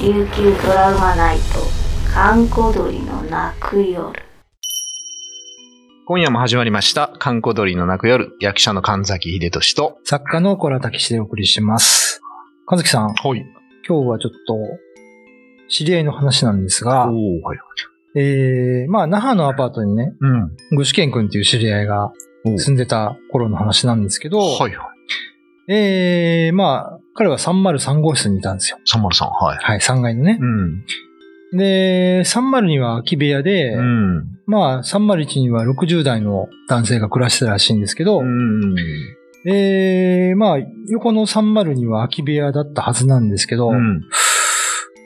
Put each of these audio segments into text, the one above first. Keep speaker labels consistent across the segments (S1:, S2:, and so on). S1: 琉球ドラマナイト閑古鳥の泣く夜
S2: 今夜も始まりました。観光鳥の泣く夜、役者の神崎秀俊と。
S3: 作家のコラタキシでお送りします。かずきさん、
S2: はい。
S3: 今日はちょっと、知り合いの話なんですが、
S2: おはい。
S3: えー、まあ、那覇のアパートにね、
S2: うん。
S3: 具志堅くんっていう知り合いが住んでた頃の話なんですけど、
S2: はいはい。
S3: えー、まあ、彼は303号室にいたんですよ。
S2: 三丸さん、はい。
S3: はい、3階のね
S2: う。ん。
S3: で、30には空き部屋で、
S2: うん。
S3: まあ、301には60代の男性が暮らしてたらしいんですけど、
S2: うん。
S3: えー、まあ、横の30には空き部屋だったはずなんですけど、
S2: うん。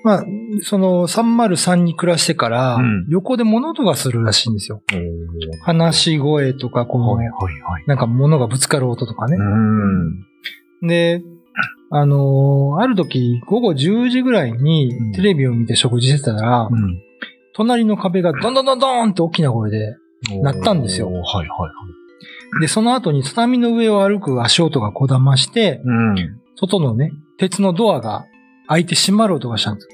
S3: まあ、その303に暮らしてから、
S2: うん
S3: 横で物音がするらしいんですよ。話し声とか、この、
S2: はいはいはい。
S3: なんか物がぶつかる音とかね
S2: う。ん。
S3: で、あのーある時、午後10時ぐらいに
S2: うん
S3: テレビを見て食事してたら、
S2: うん。
S3: 隣の壁がどんどんどんどんって大きな声で、鳴ったんですよ
S2: おーはいはい。
S3: で、その後に畳の上を歩く足音がこだまして、
S2: うん。
S3: 外のね、鉄のドアが開いて閉まる音がしたんです。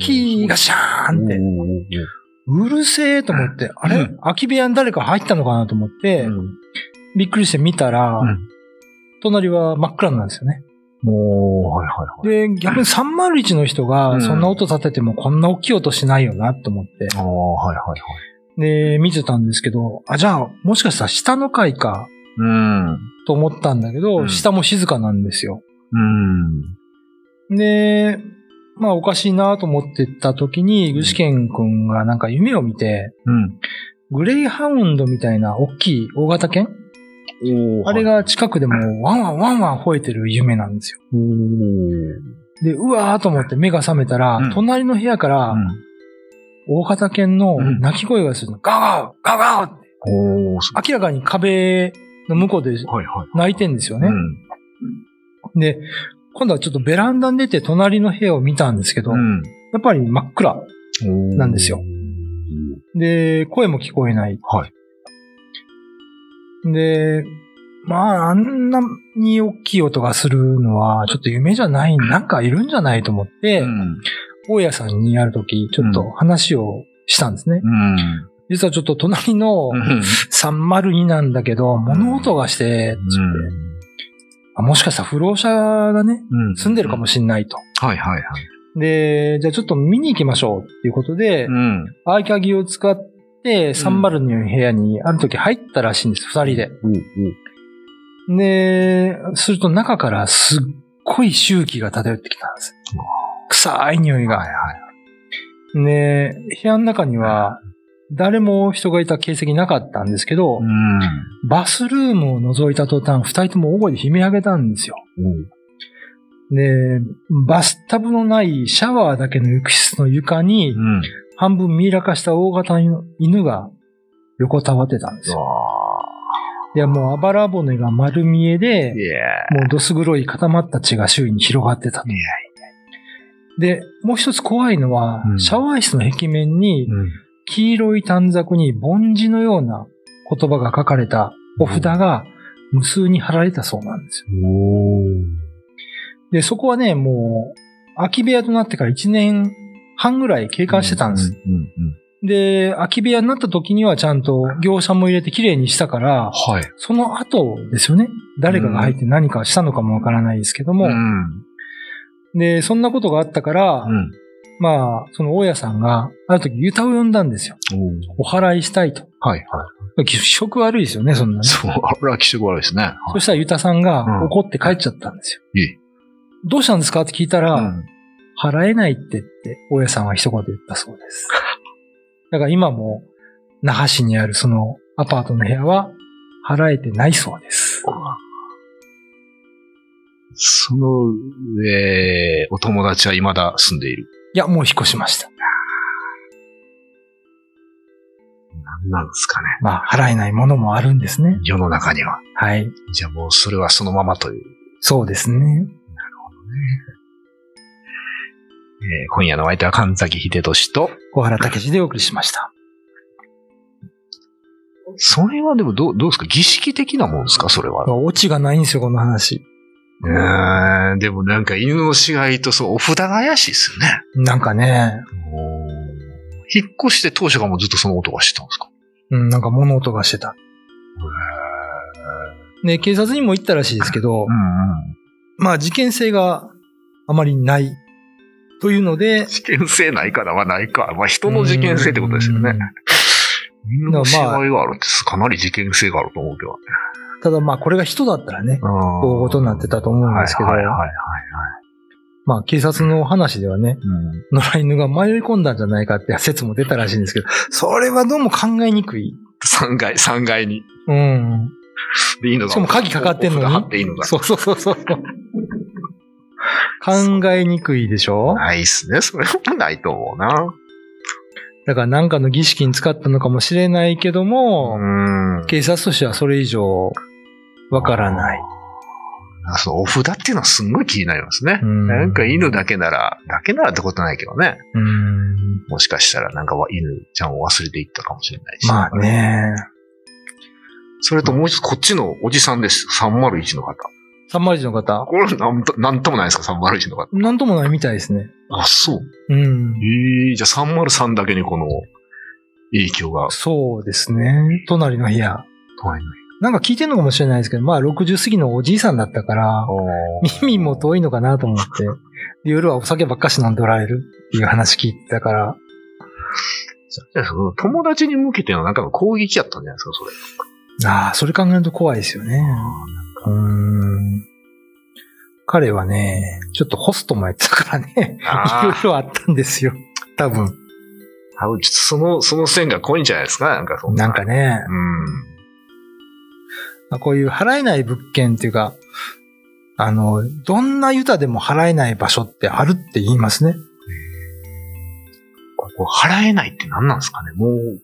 S3: キーガシャーンって。うるせえと思って、あれ空き部屋に誰か入ったのかなと思って、びっくりして見たら、
S2: うん
S3: 隣は真っ暗なんですよね。
S2: もう、はいはいはい。
S3: で、逆に301の人
S2: う
S3: が、
S2: ん
S3: そんな音立ててもこんな大きい音しないよなと思って、
S2: ああ、はいはいはい。
S3: で、見てたんですけど、あ、じゃあ、もしかしたら下の階か、
S2: うん。う
S3: と思ったんだけど、
S2: うん
S3: 下も静かなんですよ。
S2: ん。
S3: で、まあおかしいなと思ってた時に、具志堅くんがなんか夢を見て、
S2: うん。
S3: グレイハウンドみたいな大きい大型犬
S2: おー
S3: あれ、が近くでもうワンワンワンワン吠えてる夢なんですよ。
S2: おー
S3: で、うわーと思って目が覚めたら、
S2: うん
S3: 隣の部屋から
S2: うん
S3: 大型犬の
S2: うん
S3: 鳴き声がするの。ガガーガガーって
S2: おーす
S3: 明らかに壁の向こうで
S2: ごいはいはい。
S3: 泣いてんですよ
S2: う
S3: ね。
S2: ん。
S3: で、今度はちょっとベランダに出て隣の部屋を見たんですけど、やっぱり真っ暗。
S2: うん
S3: なんですよ。で、声も聞こえない。
S2: はい。
S3: で、まあ、あんなに大きい音がするのは、ちょっと夢じゃない、なんかいるんじゃないと思って、
S2: うん。
S3: 大家さんにある時、ちょっと話をしたんですね。
S2: うん。
S3: 実はちょっと隣
S2: う
S3: の
S2: ん
S3: 302なんだけど、物音がして、つってあもしかしたら不老者がね、
S2: うん
S3: 住んでるかもしんないと。
S2: はいはいはい。
S3: で、じゃあちょっと見に行きましょうっていうことで、
S2: ん。
S3: 合鍵を使って302の部屋にある時入ったらしいんです、二人で。で、すると中からすっごい周期が漂ってきたんです
S2: うわ。
S3: 臭い匂いが。
S2: は
S3: ね部屋の中には誰も人がいた形跡なかったんですけど、バスルームを覗いた途端、二人とも大声で悲鳴上げたんですよ。
S2: うん。
S3: で、バスタブのないシャワーだけの浴室の床に
S2: うん。
S3: 半分見らかした大型の犬が横たわってたんです
S2: う
S3: よ。
S2: わ
S3: いや、もうあばら骨が丸見えで
S2: ー。い、や
S3: もうどす黒い固まった血が周囲に広がってたと。
S2: いや
S3: で、もう一つ怖いのは、
S2: うん
S3: シャワー室の壁面に
S2: うん。
S3: 黄色い短冊に凡字のような言葉が書かれたお札が無数に貼られたそうなんですよ。
S2: おー。
S3: で、そこはね、もう空き部屋となってから1年半ぐらい経過してたんです。
S2: うんうんうん。
S3: で、空き部屋になった時にはちゃんと業者も入れて綺麗にしたから、
S2: はい。
S3: その後ですよね。誰かが入って何かしたのかもわからないですけども、
S2: ん。
S3: で、そんなことがあったから、
S2: うん。
S3: まあ、その大家さんが、ある時、ユタを呼んだんですよ。お払いしたいと。
S2: はいは
S3: 気色悪いですよね、そんなね
S2: い。。そう、あれは気色悪いですね。
S3: そしたらユタさん
S2: うん
S3: が怒って帰っちゃったんですよ。
S2: いい
S3: どうしたんですかって聞いたら、
S2: うん
S3: 払えないってって、大家さんは一言言ったそう です。だから今も、那覇市にあるそのアパートの部屋は、払えてないそうです。
S2: その、えー、お友達は未だ住んでいる。
S3: いや、もう引っ越しました。
S2: なんなんですかね。
S3: まあ、払えないものもあるんですね。
S2: 世の中には。
S3: はい。
S2: じゃあもうそれはそのままという。
S3: そうですね。
S2: えー今夜のお相手は神崎秀俊と、
S3: 小原武史でお送りしました。
S2: それはでもどう、どうですか儀式的なもんですかそれは。
S3: オチがないんですよ、この話。
S2: うん。でもなんか犬の死骸とそう、お札が怪しいですよね。
S3: なんかね、
S2: 引っ越して当初からもうずっとその音がしてたんですか
S3: うん、なんか物音がしてた。で、警察にも行ったらしいですけど、
S2: んうん。
S3: まあ事件性があまりないというので、
S2: 事件性ないからはないか。まあ人の事件性ってことですよ
S3: う
S2: ね
S3: ん。
S2: 犬の死骸があるってかなり事件性があると思うけどね。
S3: ただまあこれが人だったらね、
S2: 大
S3: 大事になってたと思うんですけど、
S2: はいはいはいはいはい。
S3: まあ警察の話ではね、野良犬が迷い込んだんじゃないかって説も出たらしいんですけど、それはどうも考えにくい。
S2: 3階、三階に。
S3: うん。
S2: で、いいのだ
S3: しかも鍵かかってんの
S2: お札貼っ
S3: に。
S2: ていいのだ
S3: そうそうそうそう。考えにくいでしょ
S2: ないっすね。それもないと思うな。
S3: だから何かの儀式に使ったのかもしれないけども、
S2: うん。
S3: 警察としてはそれ以上わからない。
S2: そのお札っていうのはすんごい気になりますね。
S3: うん
S2: なんか犬だけなら、だけならってことないけどね。
S3: うん。
S2: もしかしたらなんか犬ちゃんを忘れていったかもしれないし。
S3: まあ。ね。
S2: それともう一つこっちのおじさんです。301の方。
S3: サンマルジの方、
S2: これなんと、なんともないですか ?301 の方。
S3: なんともないみたいですね。
S2: あ、そう。
S3: うん。
S2: ええじゃあ303だけにこの影響が。
S3: そうですね。隣の部屋。なんか聞いてんのかもしれないですけど、まあ60過ぎのおじいさんだったから、耳も遠いのかなと思って、で夜はお酒ばっかし飲んでおられるっていう話聞いてたから、
S2: じゃあその友達に向けてのなんかの攻撃やったんじゃないですか、それ。
S3: ああ、それ考えると怖いですよね。うーん。彼はね、ちょっとホストもやってたからね、 いろい
S2: ああ。
S3: ろあったんですよ。多
S2: 多
S3: 分。
S2: 分ちょっとその、その線が濃いんじゃないですか、なんかそんな。
S3: なんかね、
S2: うん。
S3: まあこういう払えない物件っていうか、あの、どんなユタでも払えない場所ってあるって言いますね。
S2: ここ払えないって何なんですかね、もう、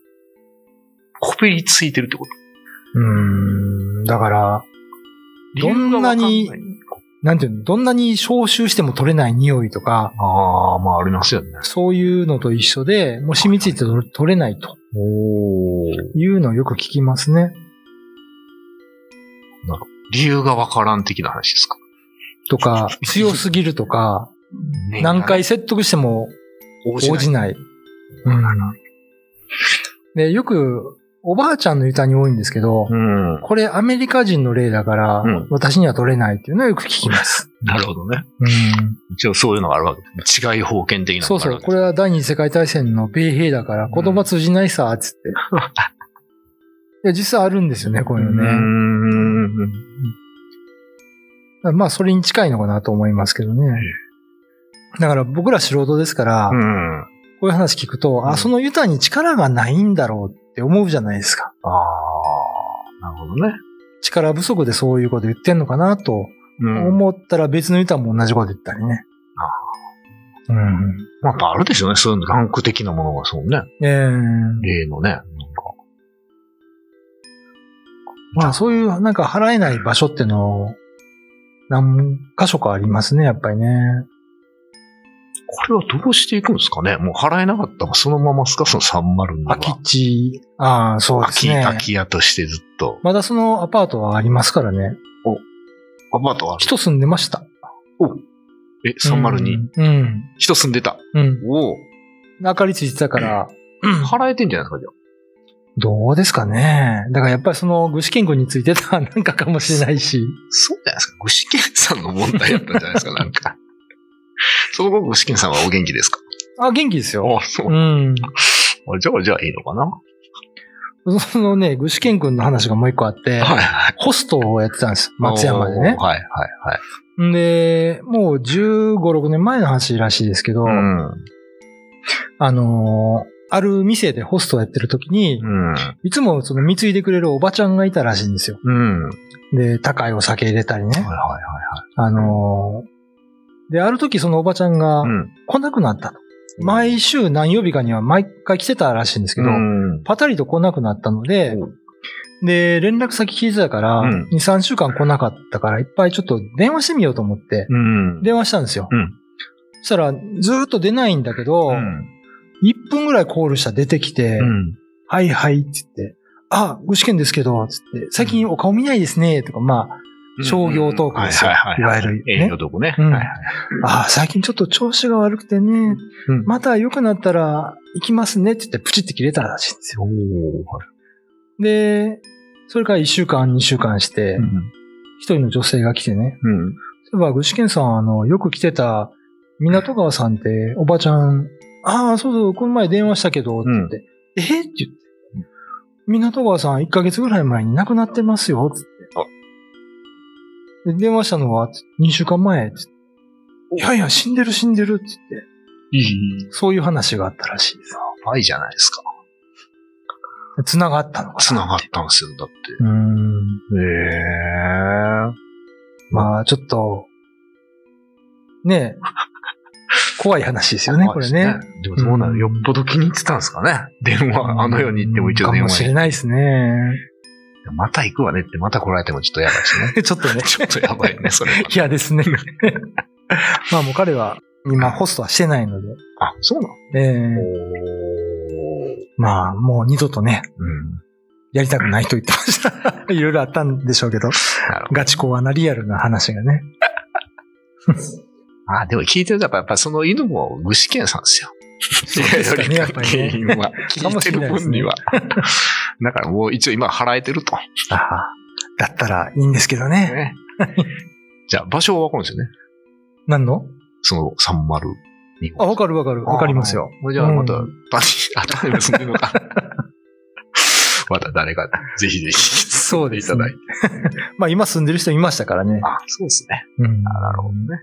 S2: こびりついてるってこと。
S3: うーん、だから、どんな
S2: 理由
S3: に
S2: がわかんない
S3: なんていうの、どんなに消臭しても取れない匂いとか、
S2: ああ、まあありますよね。
S3: そういうのと一緒で、もう染みついて取れ取れないと
S2: おお。
S3: いうのをよく聞きますね。
S2: 理由がわからん的な話ですか。
S3: とか、強すぎるとか、
S2: ね
S3: 何回説得しても
S2: 応
S3: 応じ
S2: ない。
S3: ない。うん。で、よく、おばあちゃんの歌に多いんですけど
S2: う、ん。
S3: これアメリカ人の例だから
S2: うん、
S3: 私には取れないっていうのはよく聞きます。
S2: なるほどね。
S3: うん。
S2: 一応そういうのがあるわけですね。違い保険的な
S3: そ
S2: のがあ
S3: うそ
S2: るわ
S3: う、
S2: け
S3: これは第二次世界大戦の米兵だから、言葉通じない さ、つって。いや、実際あるんですよね、こうい
S2: う
S3: う
S2: ー
S3: のね。
S2: ん。
S3: まあ、それに近いのかなと思いますけどね。だから僕ら素人ですから、
S2: うん。あ
S3: こういう話聞くと、
S2: うん
S3: あ、そのユタに力がないんだろうって思うじゃないですか。
S2: あー、なるほどね。
S3: 力不足でそういうこと言ってんのかなと
S2: うん。
S3: 思ったら別のユタも同じこと言ったりね。うん。
S2: まあ、やっぱあるでしょうね。そういうのランク的なものがそうね。
S3: ええ
S2: 例のね。なんか。
S3: まあそういうなんか払えない場所ってのを何箇所かありますね、やっぱりね。
S2: これはどうしていくんですかねもう払えなかったらそのままですかその302は。
S3: 空き地、ああ、そうで
S2: 空
S3: す
S2: き、
S3: ね
S2: 空。き家としてずっと。
S3: まだそのアパートはありますからね。
S2: アパートはある
S3: 人住んでました。
S2: え、302。
S3: うん。
S2: 人住んでた。
S3: うん。
S2: おお。
S3: 明かりついて たから、
S2: 払えてんじゃないですかじゃあ
S3: どうですかね。だからやっぱりその具志堅君についてた なんかかもしれないし。
S2: そうじゃないですか。具志堅さんの問題だったんじゃないですか、なんか。その後、具志堅さんはお元気ですか
S3: あ、元気ですよ。
S2: あ、そう
S3: う。ん。
S2: あじゃあ、じゃあいいのかな
S3: そのね、具志堅君の話がもう一個あって、
S2: いはい。
S3: ホストをやってたんです。松山でね
S2: おー。はいはいはい。
S3: んで、もう15、6年前の話らしいですけど、
S2: ん。
S3: あのーある店でホストをやってる時に、
S2: うん。
S3: いつもその貢いでくれるおばちゃんがいたらしいんですよ。
S2: うん。はい
S3: で、高いお酒入れたりね。
S2: はい
S3: あのーで、ある時そのおばちゃんが
S2: はい。うん。
S3: 来なくなったと。毎週何曜日かには毎回来てたらしいんですけど、
S2: うん。
S3: パタリと来なくなったので
S2: う、
S3: で、連絡先聞いてたから、
S2: うん
S3: 2、3週間来なかったから、いっぱいちょっと電話してみようと思って、
S2: うん。
S3: 電話したんですよ。
S2: うん
S3: そしたら、ずーっと出ないんだけど、
S2: うん。
S3: 1分ぐらいコールしたら出てきて、
S2: うん。
S3: はいはいって言って、あ、ご試験ですけど、つって、最近お顔見ないですね、とか、まあ、商業トークですよ。いわゆる、
S2: 営
S3: ね
S2: 業。どこね。
S3: うん
S2: はいはい
S3: ああ、最近ちょっと調子が悪くてね、
S2: うん
S3: また良くなったら行きますねって言ってプチって切れたらしいんですよ。
S2: おー
S3: で、それから1週間、2週間して、
S2: う
S3: 一、
S2: ん
S3: 人の女性が来てね、
S2: うん。
S3: そういえば具志堅さん、あの、よく来てた港川さんっておばちゃん、ああ、そうそう、この前電話したけど、って言って、えって言って、港川さん1ヶ月ぐらい前に亡くなってますよ、つって。で電話したのは2週間前、つって。いやいや、死んでる死んでるって言って。
S2: いい、
S3: そういう話があったらしいです。
S2: 倍じゃないですか。
S3: 繋がったのか
S2: 繋
S3: な。
S2: がったんですよ、だって。
S3: うーん。
S2: へえ。
S3: まあ、ちょっと、ねえ、怖い話ですよね、これね。。
S2: でもどうな
S3: う
S2: の
S3: ん
S2: よっぽど気に入ってたんですかね。電話、あの世に行っても一応
S3: か
S2: 電
S3: もし
S2: 話
S3: れ
S2: に。
S3: ないですね。
S2: また行くわねって、また来られてもちょっとやばいしね。
S3: ちょっとね、
S2: ちょっとやばいね、それは。
S3: 嫌で すね。まあ、もう彼は今ホストはしてないので、
S2: あ、そうなの
S3: え
S2: お
S3: え
S2: ー
S3: まあ、もう二度とね、
S2: うん。
S3: やりたくないと言ってました。 いろいろあったんでしょうけど、
S2: なるほど。
S3: ガチコアなリアルな話がね。
S2: あ、でも聞いてると、やっぱやっぱその犬も具志堅さんですよ。
S3: そうで すかねやっぱりね
S2: 原因は。聞いてる分には。だからもう一応今払えてると。
S3: ああだったらいいんですけどね。
S2: ね。じゃあ場所はわかるんですよね。
S3: 何の
S2: その302
S3: あ、わかるわかる。わかりますよ。
S2: じゃあまた、
S3: う
S2: バ
S3: ん
S2: ニー、あ、タイム住んで るのか。また誰か、ぜひぜひ、
S3: そうですね
S2: いただいて。
S3: まあ今住んでる人いましたからね。
S2: あ、そうですね。
S3: うん、
S2: なるほどね。いや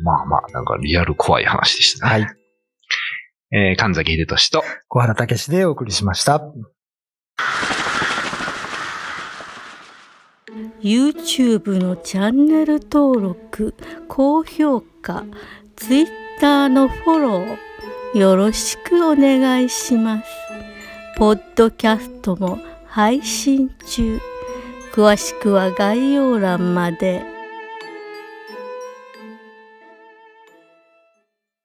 S2: ーまあまあ、なんかリアル怖い話でしたね。
S3: はい。
S2: えー、神崎秀俊と、
S3: 小原武史でお送りしました。
S4: YouTube のチャンネル登録高評価 Twitter のフォローよろしくお願いしますポッドキャストも配信中詳しくは概要欄まで。